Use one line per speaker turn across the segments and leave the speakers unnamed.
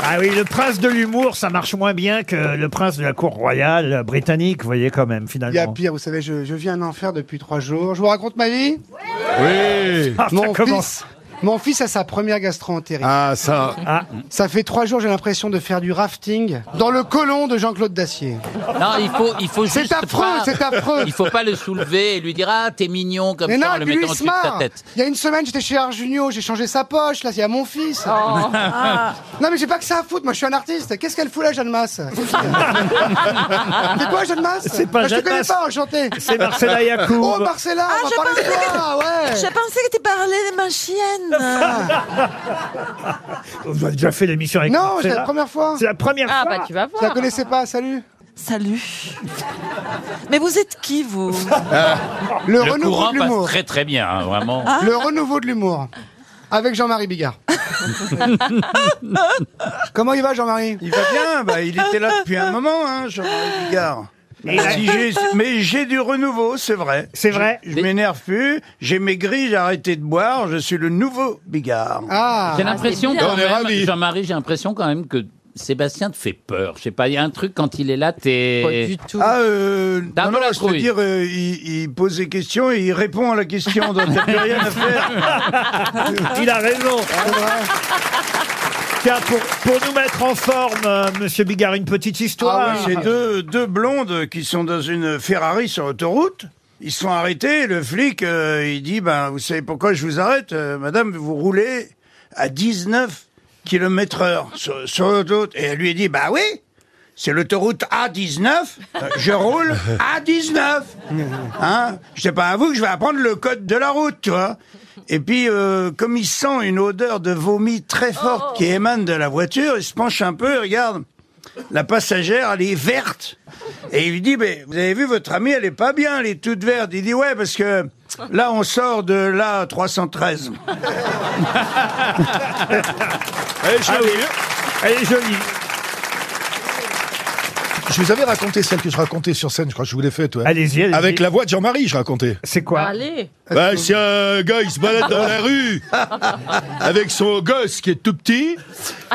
Ah oui, le prince de l'humour, ça marche moins bien que le prince de la cour royale britannique, vous voyez quand même,
Il y a
finalement.
pire, vous savez, je, je vis un enfer depuis trois jours. Je vous raconte ma vie
Oui
Ah, ça commence.
fils, mon fils a sa première gastro-entérite.
Ah, ça.
Ça fait trois jours, j'ai l'impression de faire du rafting dans le colon de Jean-Claude Dacier.
Non, il faut, il faut
C'est
juste
affreux,
pas-
c'est affreux.
Il faut pas le soulever et lui dire ah t'es mignon comme
Mais
ça
non,
en le
lui,
mettant
il se
au-dessus de ta
marre.
tête.
Il y a une semaine, j'étais chez Arjunio, j'ai changé sa poche, là, il y a mon fils.
Oh. Ah.
Non, mais j'ai pas que ça à foutre, moi, je suis un artiste. Qu'est-ce qu'elle fout là, Jeanne Masse C'est quoi, Jeanne Masse
C'est pas
Moi, Je
Jeanne
te connais
Masse.
pas, enchanté.
C'est Marcella Yacoub.
Oh, Marcella,
Ah,
on va
je
parler de toi, Ah, ouais.
Je pensais que tu parlais de ma
Ah, bah,
chienne.
Vous avez déjà fait l'émission avec
Non, c'est
Marcella
la première fois.
C'est la première
Ah
fois.
bah tu vas
Je la
voir.
connaissais pas, salut.
Salut. Mais vous êtes qui, vous
Le,
Le
renouveau
courant
de
passe
l'humour.
très très bien, hein, vraiment.
Le renouveau de l'humour. Avec Jean-Marie Bigard. Comment il va, Jean-Marie
Il va bien, bah, il était là depuis un moment, hein, Jean-Marie Bigard. Si j'ai- mais j'ai du renouveau, c'est vrai.
C'est vrai.
Je m'énerve plus, j'ai maigri, j'ai arrêté de boire, je suis le nouveau Bigard.
Ah,
J'ai l'impression
bien.
quand
On est
même,
ravis.
Jean-Marie, j'ai l'impression quand même que Sébastien te fait peur. Je sais pas, il y a un truc quand il est là,
Pas du
t'es.
tout.
Ah, euh,
T'as
non,
un peu
non,
la
je veux
trouille.
dire, euh, il, il pose des questions et il répond à la question, donc t'as plus rien à faire.
Il a raison.
Ah, c'est vrai.
Tiens, pour, pour nous mettre en forme, euh, Monsieur Bigard, une petite histoire.
Ah oui, j'ai deux, deux blondes qui sont dans une Ferrari sur autoroute. Ils sont arrêtés. Le flic, euh, il dit, ben, vous savez pourquoi je vous arrête, euh, madame, vous roulez à 19 km heure sur, sur l'autoroute. Et elle lui dit, bah oui, c'est l'autoroute A19, euh, je roule à 19. Hein je sais pas à vous que je vais apprendre le code de la route, tu vois. Et puis, euh, comme il sent une odeur de vomi très forte qui émane de la voiture, il se penche un peu et regarde. La passagère, elle est verte. Et il lui dit, mais vous avez vu, votre amie, elle est pas bien, elle est toute verte. Il dit, ouais, parce que là, on sort de l'A313.
Elle est
Ah oui.
jolie.
Elle est jolie.
Je vous avais raconté celle que je racontais sur scène, je crois que je vous l'ai faite. ouais.
Allez-y, allez-y.
Avec la voix de Jean-Marie, je racontais.
C'est quoi
Allez.
Bah, c'est un gars, il se balade dans la rue avec son gosse qui est tout petit.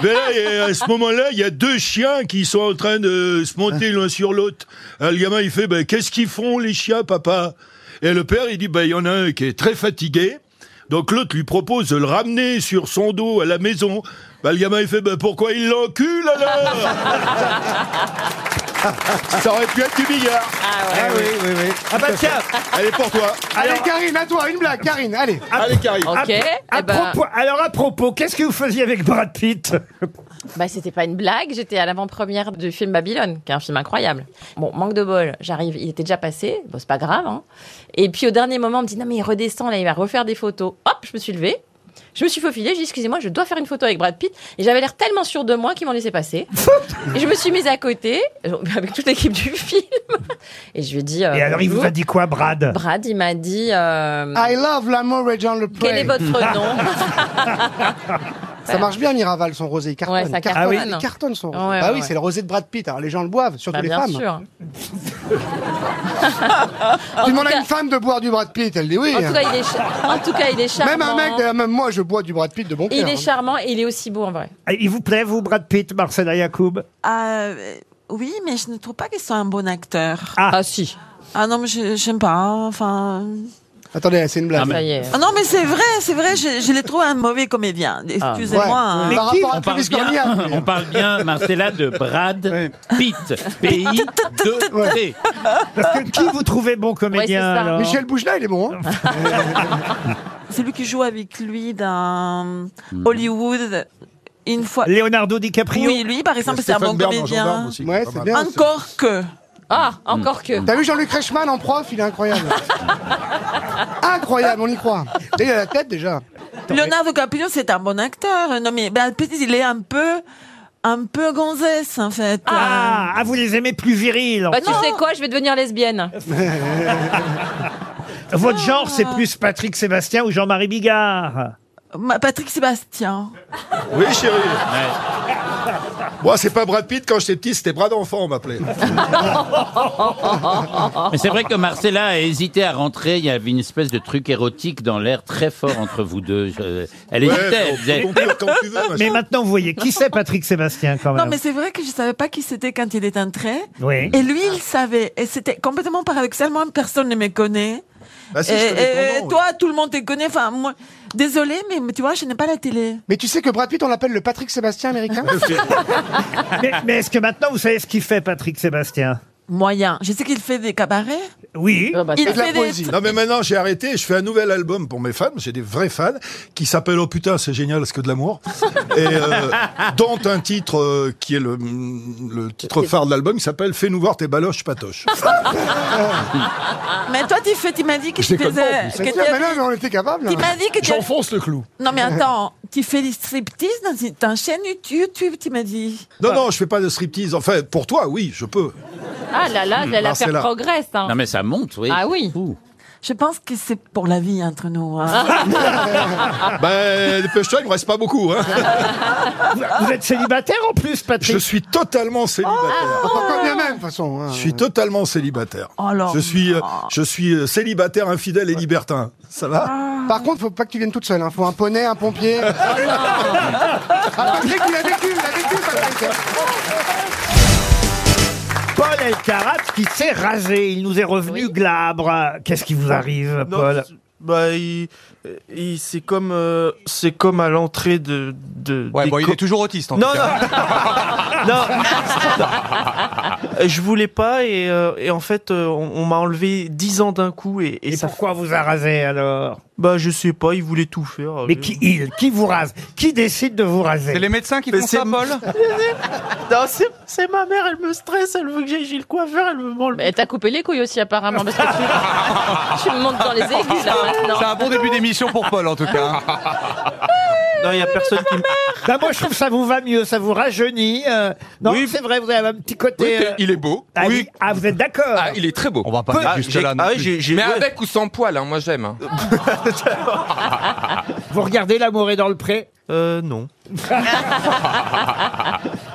Mais là, et à ce moment-là, il y a deux chiens qui sont en train de se monter l'un sur l'autre. Alors, Le gamin, il fait, bah, qu'est-ce qu'ils font les chiens, papa Et le père, il dit, bah, il y en a un qui est très fatigué. Donc l'autre lui propose de le ramener sur son dos à la maison. Bah, le gamin, il fait, bah, pourquoi il l'encule alors Ça aurait pu être du billard.
Ah oui, oui, oui.
Ah bah tiens,
Allez, pour toi.
Allez,
alors,
Karine, à toi, une blague, Karine, allez.
Allez, Karine.
Ok.
Ah, à
eh ben,
propos, alors à propos, qu'est-ce que vous faisiez avec Brad Pitt
bah, c'était pas une blague. J'étais à l'avant-première du film Babylone, qui est un film incroyable. Bon, manque de bol. J'arrive, il était déjà passé. Bon, c'est pas grave. Hein. Et puis au dernier moment, on me dit non mais il redescend là, il va refaire des photos. Hop, je me suis levée. Je me suis faufilée, j'ai dit excusez-moi, je dois faire une photo avec Brad Pitt. Et j'avais l'air tellement sûre de moi qu'ils m'ont laissé passer. et je me suis mise à côté, euh, avec toute l'équipe du film. Et je lui ai dit. euh,
Et alors il vous a dit quoi, Brad
Brad, il m'a dit. euh,
Ah.
I love l'amour et Jean Le Prey.
Quel est votre nom
Ça marche bien, Miraval, son rosé. Il cartonne.
Ouais, ça
il cartonne,
Ah
cartonne.
il cartonne son rosé.
Ouais,
bah
ouais,
oui,
ouais.
c'est le rosé de Brad Pitt. Alors les gens le boivent, surtout
Bah,
les
Bien
femmes.
sûr.
Tu demandes à
cas-
une femme de boire du Brad Pitt, elle dit oui.
En tout, cas, il est cha- en tout cas, il est charmant.
même un mec, d'ailleurs, même moi, je bois du Brad Pitt de bon cœur.
Il est
hein.
charmant et il est aussi beau en vrai.
Ah, Il vous plaît, vous, Brad Pitt, Marcella Yacoub
Euh, Oui, mais je ne trouve pas qu'ils soient un bon acteur.
Ah.
si.
Ah non, mais je- j'aime pas. hein, Enfin.
Attendez, c'est une blague.
Ah, mais-
Ça y est.
Ah non, mais c'est vrai, c'est vrai. Je, je les trouve un mauvais
Ah,
comédien. Excusez-moi. hein.
Ouais. Par
qui
rapport à
On parle,
Travis
bien,
Cornillac.
on parle bien, Marcella, de Brad Pitt. Pays de T.
Parce que qui vous trouvez bon comédien
Ouais, c'est ça.
alors
Michel Bougelin, il est bon. hein.
Ah,
Celui qui joue avec lui dans
Hmm.
Hollywood une fois.
Leonardo DiCaprio
Oui, lui, par exemple, c'est un bon comédien.
ouais, c'est bien. aussi.
Encore que.
Ah, encore que.
T'as vu Jean-Luc Reichmann en prof, il est incroyable. incroyable, on y croit. Et il a la tête déjà.
Leonardo DiCaprio, c'est un bon acteur. Non, mais Brad Pitt, il est un peu, un peu gonzesse, en fait.
Ah, ah, vous les aimez plus virils. en
Bah, tu
Non.
sais quoi, je vais devenir lesbienne.
fait. Votre genre, c'est plus Patrick Sébastien ou Jean-Marie Bigard.
Euh, Ma- Patrick Sébastien.
Oui, chérie. Moi, c'est pas Brad Pitt, quand j'étais petit, c'était bras d'enfant, on m'appelait.
Mais c'est vrai que Marcella a hésité à rentrer. Il y avait une espèce de truc érotique dans l'air très fort entre vous deux. Je- Elle
Ouais,
hésitait. elle
on
disait,
peut conclure quand tu veux, ma
Mais
chérie.
maintenant, vous voyez, qui c'est Patrick Sébastien quand même
Non, mais c'est vrai que je savais pas qui c'était quand il est entré.
Oui.
Et lui, il savait. Et c'était complètement paradoxalement, personne ne me connaît.
Bah si,
et
je connais
et-
ton nom,
et eh, toi, tout le monde te connaît. Enfin, moi, désolé, mais, mais tu vois, je n'ai pas la télé.
Mais tu sais que Brad Pitt, on l'appelle le Patrick Sébastien américain
Mais, mais est-ce que maintenant, vous savez ce qu'il fait Patrick Sébastien
Moyen. Je sais qu'il fait des cabarets.
Oui.
Ah bah,
Il
ça-
de la
fait des.
poésie.
Non mais maintenant j'ai arrêté, je fais un nouvel album pour mes fans, j'ai des vrais fans qui s'appelle Oh putain c'est génial ce que de l'amour et euh, dont un titre euh, qui est le, le titre phare de l'album qui s'appelle Fais-nous voir tes baloches patoches.
Mais toi, tu fais, tu m'as dit que
Je
tu
déconne pas, en
faisais.
plus.
que
Mais
tu
tiens, mais
avais-
non, mais on était capable. hein.
tu m'as dit que tu.
J'enfonce le clou.
Non, mais attends, tu fais des striptease dans une- dans une chaîne YouTube, tu m'as dit.
Non non je fais pas de striptease, enfin pour toi oui je peux.
Ah là là, la- l'affaire
Marcella.
progresse. hein.
Non mais ça monte, oui.
Ah oui.
Ouh.
Je pense que c'est pour la vie entre nous. hein.
Ah.
Ben dépêche-toi il me reste pas beaucoup. Hein.
Ah.
Vous, vous êtes célibataire en plus, Patrick
Je suis totalement célibataire.
Pourquoi bien même, de toute façon. hein.
Je suis totalement célibataire.
Alors,
je suis, euh, je suis euh, célibataire, infidèle et libertin. Ça va
Par contre, faut pas que tu viennes toute seule. Hein. Faut un poney, un pompier. ah, Patrick, il a vécu, il a vécu, Patrick.
Paul Elkarat qui s'est rasé, il nous est revenu glabre. Qu'est-ce qui vous arrive,
Non,
Paul
c'est- Bah, il, il- c'est comme, euh, c'est comme à l'entrée de, de.
Ouais,
des
bon, il
co-
est toujours autiste en
Non,
tout
non.
cas.
non. Je voulais pas et, euh, et en fait, euh, on, on m'a enlevé 10 ans d'un coup et, et
Et
ça.
pourquoi vous a rasé alors
Bah, je sais pas, il voulait tout faire.
Mais qui il Qui vous rase Qui décide de vous raser
C'est les médecins qui
Mais
font
Euh, c'est-
ça, Paul
Non, c'est, c'est ma mère, elle me stresse, elle veut que j'aille chez le coiffeur, elle me m'enlève.
Mais t'as coupé les couilles aussi apparemment parce que tu, tu me montes dans les aigus là
C'est
maintenant.
un bon début d'émission pour Paul en tout cas.
Non, il y a personne qui me.
Bah, Moi, je trouve que ça vous va mieux, ça vous rajeunit. euh, Non,
Oui.
c'est vrai, vous avez un petit côté. euh,
est beau.
ah, oui. Ah, vous êtes d'accord
il est très beau. On va pas aller jusque là.
Ah ouais, j'ai, j'ai-
Mais
ouais.
avec ou sans poil, hein, moi j'aime. hein.
Vous regardez L'amour est dans le pré
Euh, non.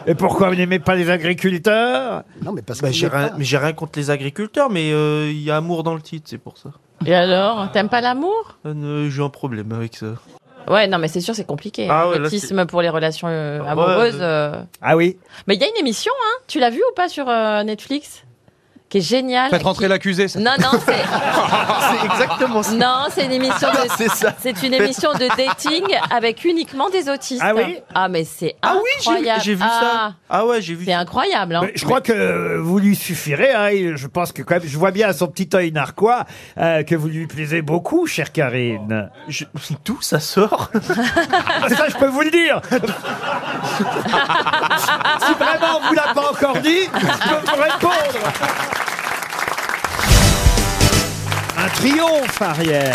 Et pourquoi vous n'aimez pas les agriculteurs
Non, mais parce
Bah, j'ai rien, mais j'ai rien contre les agriculteurs, mais euh, il y a amour dans le titre, c'est pour ça.
Et alors, t'aimes pas l'amour
Euh, ne- j'ai un problème avec ça.
Ouais, non, mais c'est sûr, c'est compliqué.
Ah ouais, là,
L'autisme pour les relations euh,
Ouais,
amoureuses.
ouais.
euh.
Ah oui
Mais il y a une émission, hein Tu l'as vue ou pas sur euh, Netflix Qui est géniale.
Faites rentrer l'accusé. ça.
Non, non, c'est
c'est exactement ça.
non, c'est une émission de
C'est ça.
c'est une émission de dating avec uniquement des autistes.
Ah oui
Ah mais c'est
Ah oui, j'ai vu-
incroyable.
j'ai vu
Ah,
ça. Ah ouais, j'ai vu
C'est incroyable. Hein.
Mais Je crois que vous lui suffirez. hein, et Je pense que quand même, je vois bien à son petit œil narquois euh, que vous lui plaisez beaucoup, chère Karine.
Je- D'où ça sort
Ah, ça, je peux vous le dire. si vraiment on vous l'a pas encore dit, je peux vous répondre. Un triomphe, Ariel.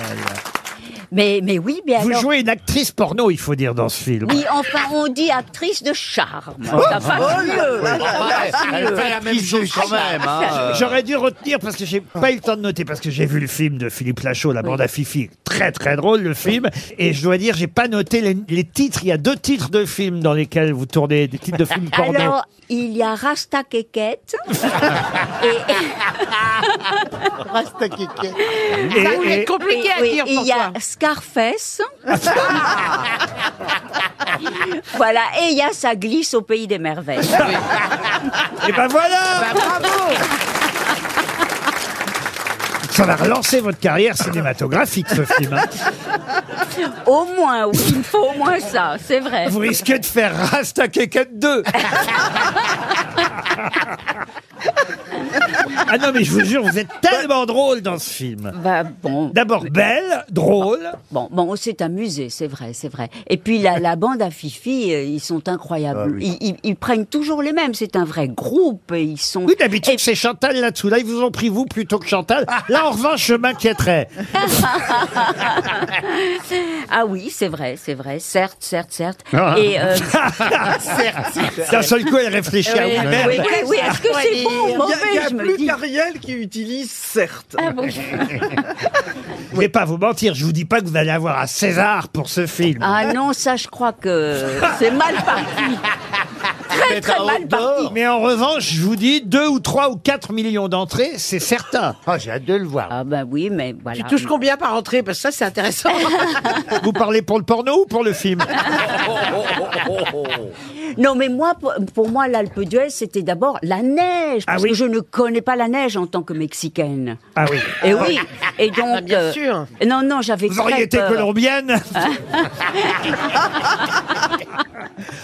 Mais, mais oui, mais
Vous
alors.
jouez une actrice porno, il faut dire, dans ce film.
Oui, enfin, on dit actrice de charme. Ça va mieux.
Ah
Elle fait la même chose quand même. hein.
J'aurais dû retenir parce que j'ai pas eu le temps de noter parce que j'ai vu le film de Philippe Lachaud, La bande à Fifi, très très drôle le film et je dois dire j'ai pas noté les, les titres. Il y a deux titres de films dans lesquels vous tournez des titres de
Ah,
films porno.
Alors, Ah, il y a Rasta Kekette.
Rasta kéké.
Et- et-
compliqué à dire Il y a Scarface. voilà, et il y a Ça glisse au pays des merveilles.
et ben voilà. Ça va relancer votre carrière cinématographique ce film. hein.
Au moins, oui, il me faut au moins ça, c'est vrai.
Vous risquez de faire Rasta Keket 2. ah non mais je vous jure vous êtes tellement drôle dans ce film.
Bah, bon,
D'abord belle, drôle.
bon, bon, on s'est amusé, c'est vrai, c'est vrai. Et puis la, la bande à Fifi, euh, ils sont incroyables.
Ah
ils, ils- ils prennent toujours les mêmes. C'est un vrai groupe. et Ils sont
Oui, d'habitude, c'est Chantal là-dessous. Là, ils vous ont pris vous plutôt que Chantal. Là, en revanche, je m'inquiéterais.
Ah oui, c'est vrai, c'est vrai. Certes, certes, certes. Et euh,
D'un seul coup, elle réfléchit à vous-même.
oui, oui, oui, est-ce que c'est bon ou mauvais Je me dis.
qu'Ariel qui utilise certes.
Ah bon.
Je vais pas vous mentir. Je vous dis pas que vous allez avoir un César pour ce film.
Ah non, ça, je crois que c'est mal parti.
très très mal parti. Mais en revanche, je vous dis, 2 ou 3 ou 4 millions d'entrées, c'est certain.
Ah, j'ai hâte de le voir.
Ah bah oui, mais voilà.
Tu touches combien par entrée Parce que ça, c'est intéressant.
Vous parlez pour le porno ou pour le film
Non, mais moi, pour, pour moi, l'Alpe d'Huez, c'était d'abord la neige, parce que je ne connais pas la neige en tant que mexicaine.
Ah oui.
Et oui. Et donc.
Ah, bien
euh,
sûr.
Non, non, j'avais. Ah,
Vous auriez été colombienne.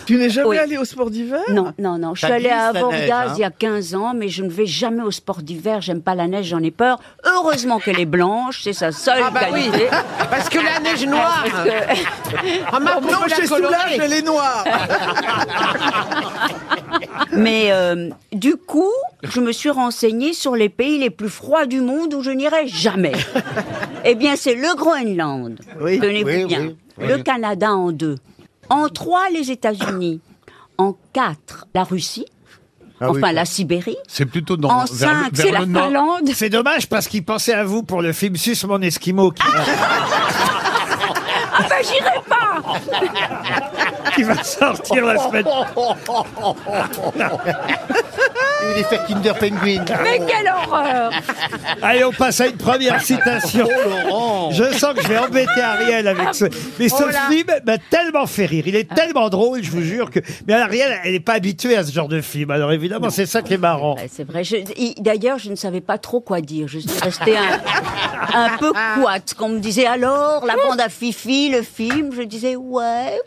tu n'es jamais
allée
au sport d'hiver Non, non, non. Je
T'as
suis allée
glisse,
à
la
Bordeaux
neige, hein.
il y a 15 ans, mais je ne vais jamais au sport d'hiver. J'aime pas la neige, j'en ai peur. Heureusement qu'elle est blanche, c'est sa seule
Ah bah oui.
qualité.
Parce que la neige noire.
Parce que-
Ah, Marc, on peut la colorer.
noire. Mais euh, du coup, je me suis renseignée sur les pays les plus froids du monde où je n'irai jamais. eh bien, c'est le Groenland.
Oui,
Tenez-vous
oui,
bien.
oui, oui.
Le Canada en deux. En trois, les États-Unis. En quatre, la Russie.
Ah oui,
enfin,
quoi.
la Sibérie.
C'est plutôt
dans- En vers le- cinq, vers c'est le la nord. Finlande.
C'est dommage parce qu'il pensait à vous pour le film Sus mon Esquimau qui,
Ah ben, j'irai pas
qui va sortir la semaine.
Il est fait Kinder Penguin.
Mais quelle horreur
Allez, on passe à une première citation.
Oh, Laurent.
Je sens que je vais embêter Ariel avec ce. Mais ce
Oh là.
film m'a tellement fait rire. Il est tellement drôle, je vous jure que. Mais Ariel, elle n'est pas habituée à ce genre de film. Alors évidemment, c'est ça qui est marrant.
C'est vrai. je- i- D'ailleurs, je ne savais pas trop quoi dire. Je suis restée un, un peu coite. Quand on me disait alors, la bande à Fifi, le film, je disais ouais.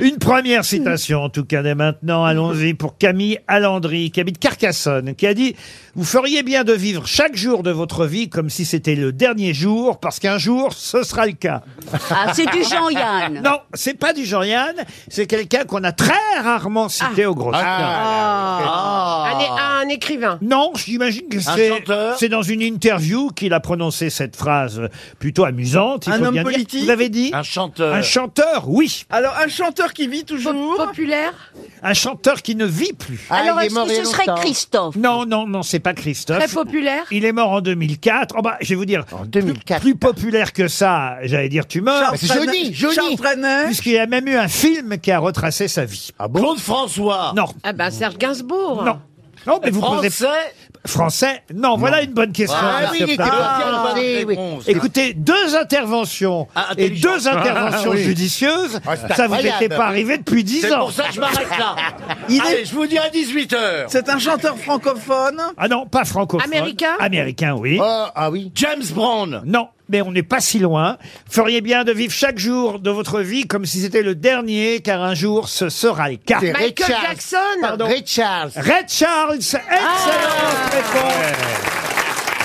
Une première citation, en tout cas, dès maintenant. Allons-y pour Camille Alandry, qui habite Carcassonne, qui a dit Vous feriez bien de vivre chaque jour de votre vie comme si c'était le dernier jour, parce qu'un jour, ce sera le cas.
Ah, c'est du Jean-Yann.
Non, c'est pas du Jean-Yann, c'est quelqu'un qu'on a très rarement cité
Ah.
au gros.
Un, é- un écrivain.
Non, j'imagine que
Un
c'est
chanteur
c'est dans une interview qu'il a prononcé cette phrase plutôt amusante. il
Un
faut
homme
bien dire.
politique Ah.
Vous avez dit
Un chanteur.
Un chanteur, oui.
Alors, un chanteur qui vit toujours. Populaire.
Un chanteur qui ne vit plus.
Ah, Alors, il est est-ce que mort il y a ce serait longtemps.
Christophe
Non, non, non, c'est pas Christophe.
Très populaire.
Il est mort en 2004. Oh, bah, je vais vous dire. En 2004. Plus, populaire que ça, j'allais dire, tu meurs.
Ah,
Charles C'est Trenet- Johnny, Johnny. Charles Trenet.
Puisqu'il y a même eu un film qui a retracé sa vie. Ah bon Claude François. Non.
Ah ben Serge Gainsbourg.
Non. Non, mais vous posez-
Français
Français Non, voilà une bonne question.
Ah
monsieur
oui, il était
Plaza.
bien bonne réponse.
Écoutez, deux interventions et deux
Ah,
interventions
oui.
judicieuses,
Ah, c'est
ça vous
incroyable.
était pas arrivé depuis dix ans.
C'est pour ça que je m'arrête là.
Il
Allez,
est-
je vous dis à 18h.
C'est un chanteur francophone.
Ah non, pas francophone.
Américain
Américain, oui.
ah oui. James Brown.
Non, mais on n'est pas si loin. Feriez bien de vivre chaque jour de votre vie comme si c'était le dernier, car un jour ce sera le cas.
C'est Michael Ray Charles. Jackson. Pardon. Ray Charles. Ah.
Ray Charles, excellente réponse.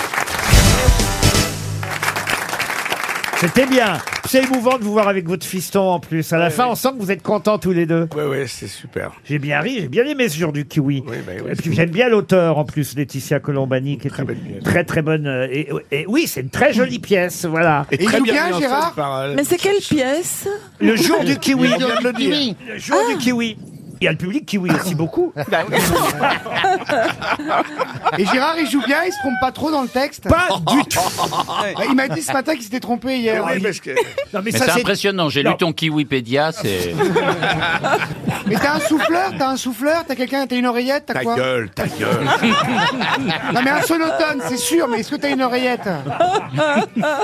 C'était bien. C'est émouvant de vous voir avec votre fiston en plus. À la fin, on sent que vous êtes contents tous les deux.
Oui, oui, c'est super.
J'ai bien ri, j'ai bien aimé ce jour du kiwi.
bah
oui,
et puis j'aime bien l'auteur en plus, Laetitia Colombani, qui est une très très bonne. euh, Et, et oui, c'est une très jolie pièce, voilà.
Et
très bien bien, Gérard Mais c'est quelle
pièce Le jour du kiwi.
Le jour
je viens de
du
dire.
kiwi.
Le jour du kiwi. Il y a le public kiwi aussi beaucoup.
Et Gérard, il joue bien, il se trompe pas trop dans le texte. Bah,
Pas du tout.
Il m'a dit ce matin qu'il s'était trompé hier.
Oui, parce
Eh que...
Non,
Mais c'est impressionnant, j'ai lu ton Kiwipédia, c'est...
Mais t'as un souffleur, t'as un souffleur, t'as quelqu'un, t'as une oreillette, t'as
Ta
quoi
gueule, ta gueule.
Non mais un sonotone, c'est sûr, mais est-ce que t'as une oreillette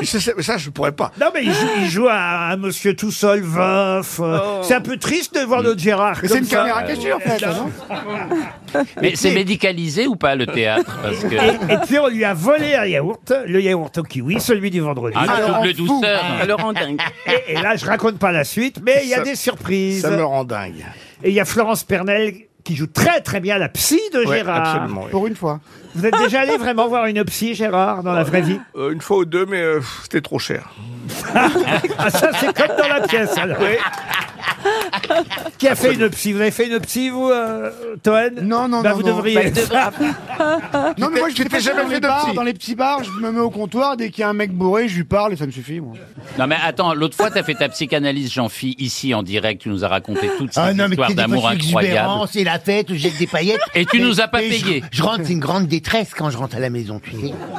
ça, ça, ça, je pourrais pas.
Non, mais il joue, il joue à, à monsieur tout seul, veuf. euh, C'est un peu triste de voir notre Gérard.
Mais c'est
comme
une
ça.
caméra cachée en fait.
Euh,
non
Mais c'est médicalisé ou pas le théâtre Parce
Eh
que...
Et, et puis on lui a volé un yaourt, le yaourt au kiwi, celui du vendredi.
Ah, le double douceur.
Et, et là, je raconte pas la suite, mais il y a
Ça-
des surprises.
Ça me rend dingue.
Et il y a Florence Pernel qui joue très très bien la psy de
Ouais,
Gérard.
absolument, oui.
Pour une fois.
Vous êtes déjà allé vraiment voir une psy, Gérard, dans la vraie vie
Euh, une fois ou deux, mais euh, pff, c'était trop cher.
Ah, ça, c'est comme dans la pièce, alors.
Oui.
Qui a fait une psy Vous avez fait une psy, vous, euh, Toen
Non, non,
Bah,
non,
vous
non. Bah,
devriez.
il devrait- Non mais moi je
Tu
vais
t'es
pas
jamais
dans
fait
les
de
bars,
psy.
dans les petits bars, je me mets au comptoir, dès qu'il y a un mec bourré, je lui parle et ça me suffit moi.
Non mais attends, l'autre fois t'as fait ta psychanalyse, Jean-Phi, ici en direct, tu nous as raconté toute cette
Ah non, mais
histoire
c'est des
d'amour
fois, je suis exubérant,
incroyable.
Oh, c'est la fête, je jette des paillettes.
hein.
Et tu
Mais-
nous as pas
mais je-
payé.
Je, rentre, c'est une grande détresse quand je rentre à la maison, tu sais.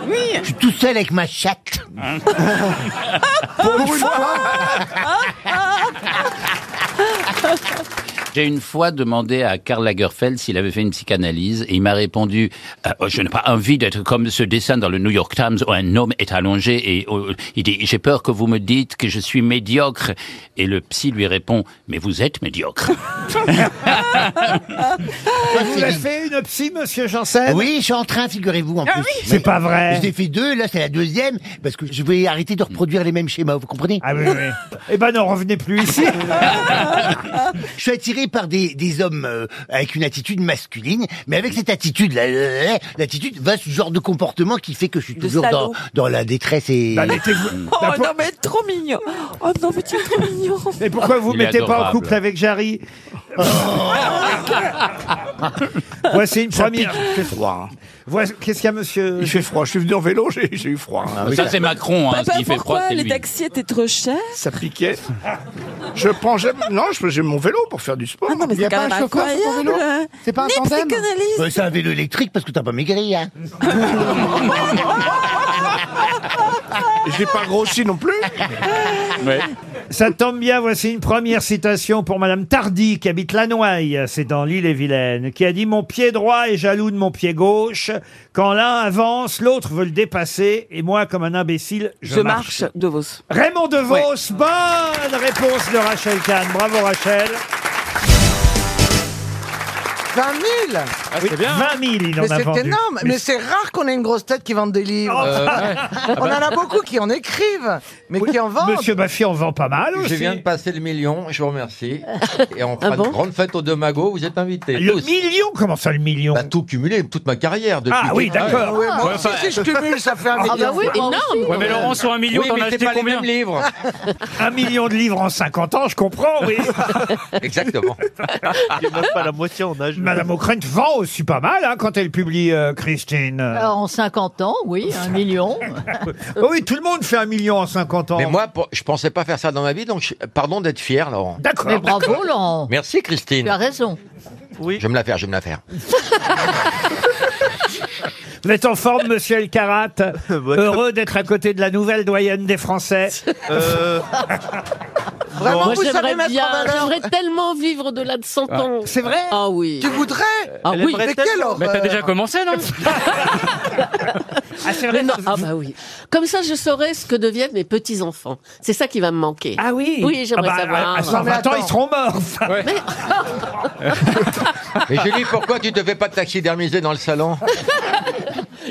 Oui. Je suis tout seul avec ma chatte.
Ah,
Pour une fois
J'ai une fois demandé à Karl Lagerfeld s'il avait fait une psychanalyse et il m'a répondu euh, Oh, Je n'ai pas envie d'être comme ce dessin dans le New York Times où un homme est allongé et euh, il dit J'ai peur que vous me dites que je suis médiocre. Et le psy lui répond Mais vous êtes médiocre.
Et Vous avez fait une psy, monsieur Janssen
Oui, je suis en train, figurez-vous, en
Ah
plus.
oui C'est pas vrai.
J'ai fait deux, là c'est la deuxième, parce que je vais arrêter de reproduire les mêmes schémas, vous comprenez
Ah oui, oui. Eh ben non, revenez plus ici.
je suis attiré par des, des hommes euh, avec une attitude masculine, mais avec cette attitude, là, là, là, l'attitude va ce genre de comportement qui fait que je suis toujours
salaud.
dans, dans la détresse et...
Bah, mettez-vous-
Oh non, mais trop mignon. Oh non, mais tu es trop mignon.
Et pourquoi vous
Il est
mettez pas en
adorable.
couple avec Jarry Voici une première.
Il fait froid. hein.
Voici- Qu'est-ce qu'il y a, monsieur
Il fait froid. Je suis venu en vélo, j'ai j'ai eu froid.
Ah
hein.
Ça, c'est Macron.
Bah,
Hein,
Papa,
s'il fait froid,
pourquoi
c'est
les
lui.
taxis étaient trop chers
Ça piquait. Je prends jamais. Non, je- j'ai mon vélo pour faire du sport.
Ah, Non, mais
Il y
c'est
a
quand
pas
même
un chauffeur sur ton
incroyable.
vélo
C'est pas un tandem
Bah, c'est un vélo électrique parce que t'as pas maigri, hein
J'ai pas grossi non plus.
Ça tombe bien, voici une première citation pour Madame Tardy, qui habite Lanoaille, c'est dans l'île et Vilaine, qui a dit Mon pied droit est jaloux de mon pied gauche. Quand l'un avance, l'autre veut le dépasser, et moi, comme un imbécile, je,
Je marche. De Vos.
Raymond DeVos, bonne réponse de Rachel Kahn. Bravo Rachel.
20 000
Oui, 20 000, il en
Mais
a vendu.
c'est énorme, mais c'est rare qu'on ait une grosse tête qui vende des livres.
Euh, ouais.
On en a beaucoup qui en écrivent, mais qui en vendent.
Monsieur Baffy en vend pas mal
Je
aussi. Ah
viens de passer le million, je vous remercie. Et on fera
bon Ah,
une grande fête au Domago, vous êtes invités.
Le
tous.
million Comment ça, le million
Bah, Tout cumulé, toute ma carrière. Bah, Depuis
Ah oui, d'accord.
Ouais, moi aussi, si je cumule, ça fait un
Ah,
million.
bah
Ouais, mais Laurent, sur un million, Oui, t'en mais as c'est acheté pas les combien mêmes livres.
Un million de livres en 50 ans, je comprends, oui.
Exactement.
Il même pas la moitié en âge.
Madame O'Krent vend aussi pas mal hein, quand elle publie euh, Christine.
en 50 ans, oui, un million. euh,
Oh oui, tout le monde fait un million en 50 ans.
Mais moi, pour- je pensais pas faire ça dans ma vie, donc je- pardon d'être fier, Laurent.
D'accord.
Mais bravo, Laurent. Tu
Merci,
as
Christine.
raison.
Je vais me la faire, je vais me la faire.
Vous êtes en forme, monsieur El Karat Heureux d'être à côté de la nouvelle doyenne des Français.
Euh,
Vraiment,
Moi,
vous savez
j'aimerais
mettre
bien-
en valeur.
J'aimerais tellement vivre au-delà de 100 ans.
C'est vrai
Ah oui.
Tu voudrais
Ah
Elle
oui.
aimerait Mais quelle tellement. horreur. Mais t'as déjà
commencé, non
Ah,
non, ah bah oui. Comme ça, je saurais ce que deviennent mes petits-enfants. C'est ça qui va me manquer.
Ah oui
Oui, j'aimerais
Ah bah,
savoir.
À 120 ans, ils seront morts.
Mais Julie, pourquoi tu te fais pas taxidermiser dans le salon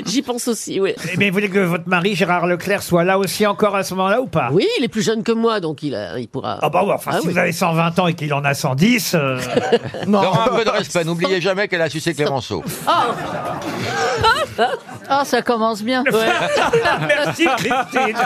J'y pense aussi, oui.
Mais Eh vous voulez que votre mari, Gérard Leclerc, soit là aussi encore à ce moment-là ou pas
Oui, il est plus jeune que moi, donc il, a- il pourra.
Ah bah ouais, enfin,
Ah
si
oui.
vous avez 120 ans et qu'il en a 110... euh,
Laurent, un peu de respect. N'oubliez jamais qu'elle a sucé Clémenceau.
Ah Ah, ça commence bien.
Merci, Christine.